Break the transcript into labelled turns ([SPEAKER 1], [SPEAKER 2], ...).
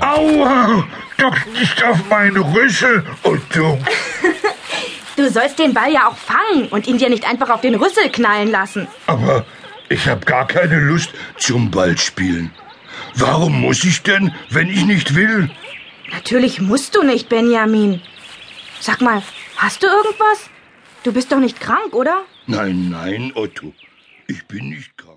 [SPEAKER 1] Aua! Doch nicht auf meine Rüssel, Oh, Otto.
[SPEAKER 2] Du sollst den Ball ja auch fangen und ihn dir nicht einfach auf den Rüssel knallen lassen.
[SPEAKER 1] Aber ich habe gar keine Lust zum Ballspielen. Warum muss ich denn, wenn ich nicht will?
[SPEAKER 2] Natürlich musst du nicht, Benjamin. Sag mal, hast du irgendwas? Du bist doch nicht krank, oder?
[SPEAKER 1] Nein, nein, Otto. Ich bin nicht krank.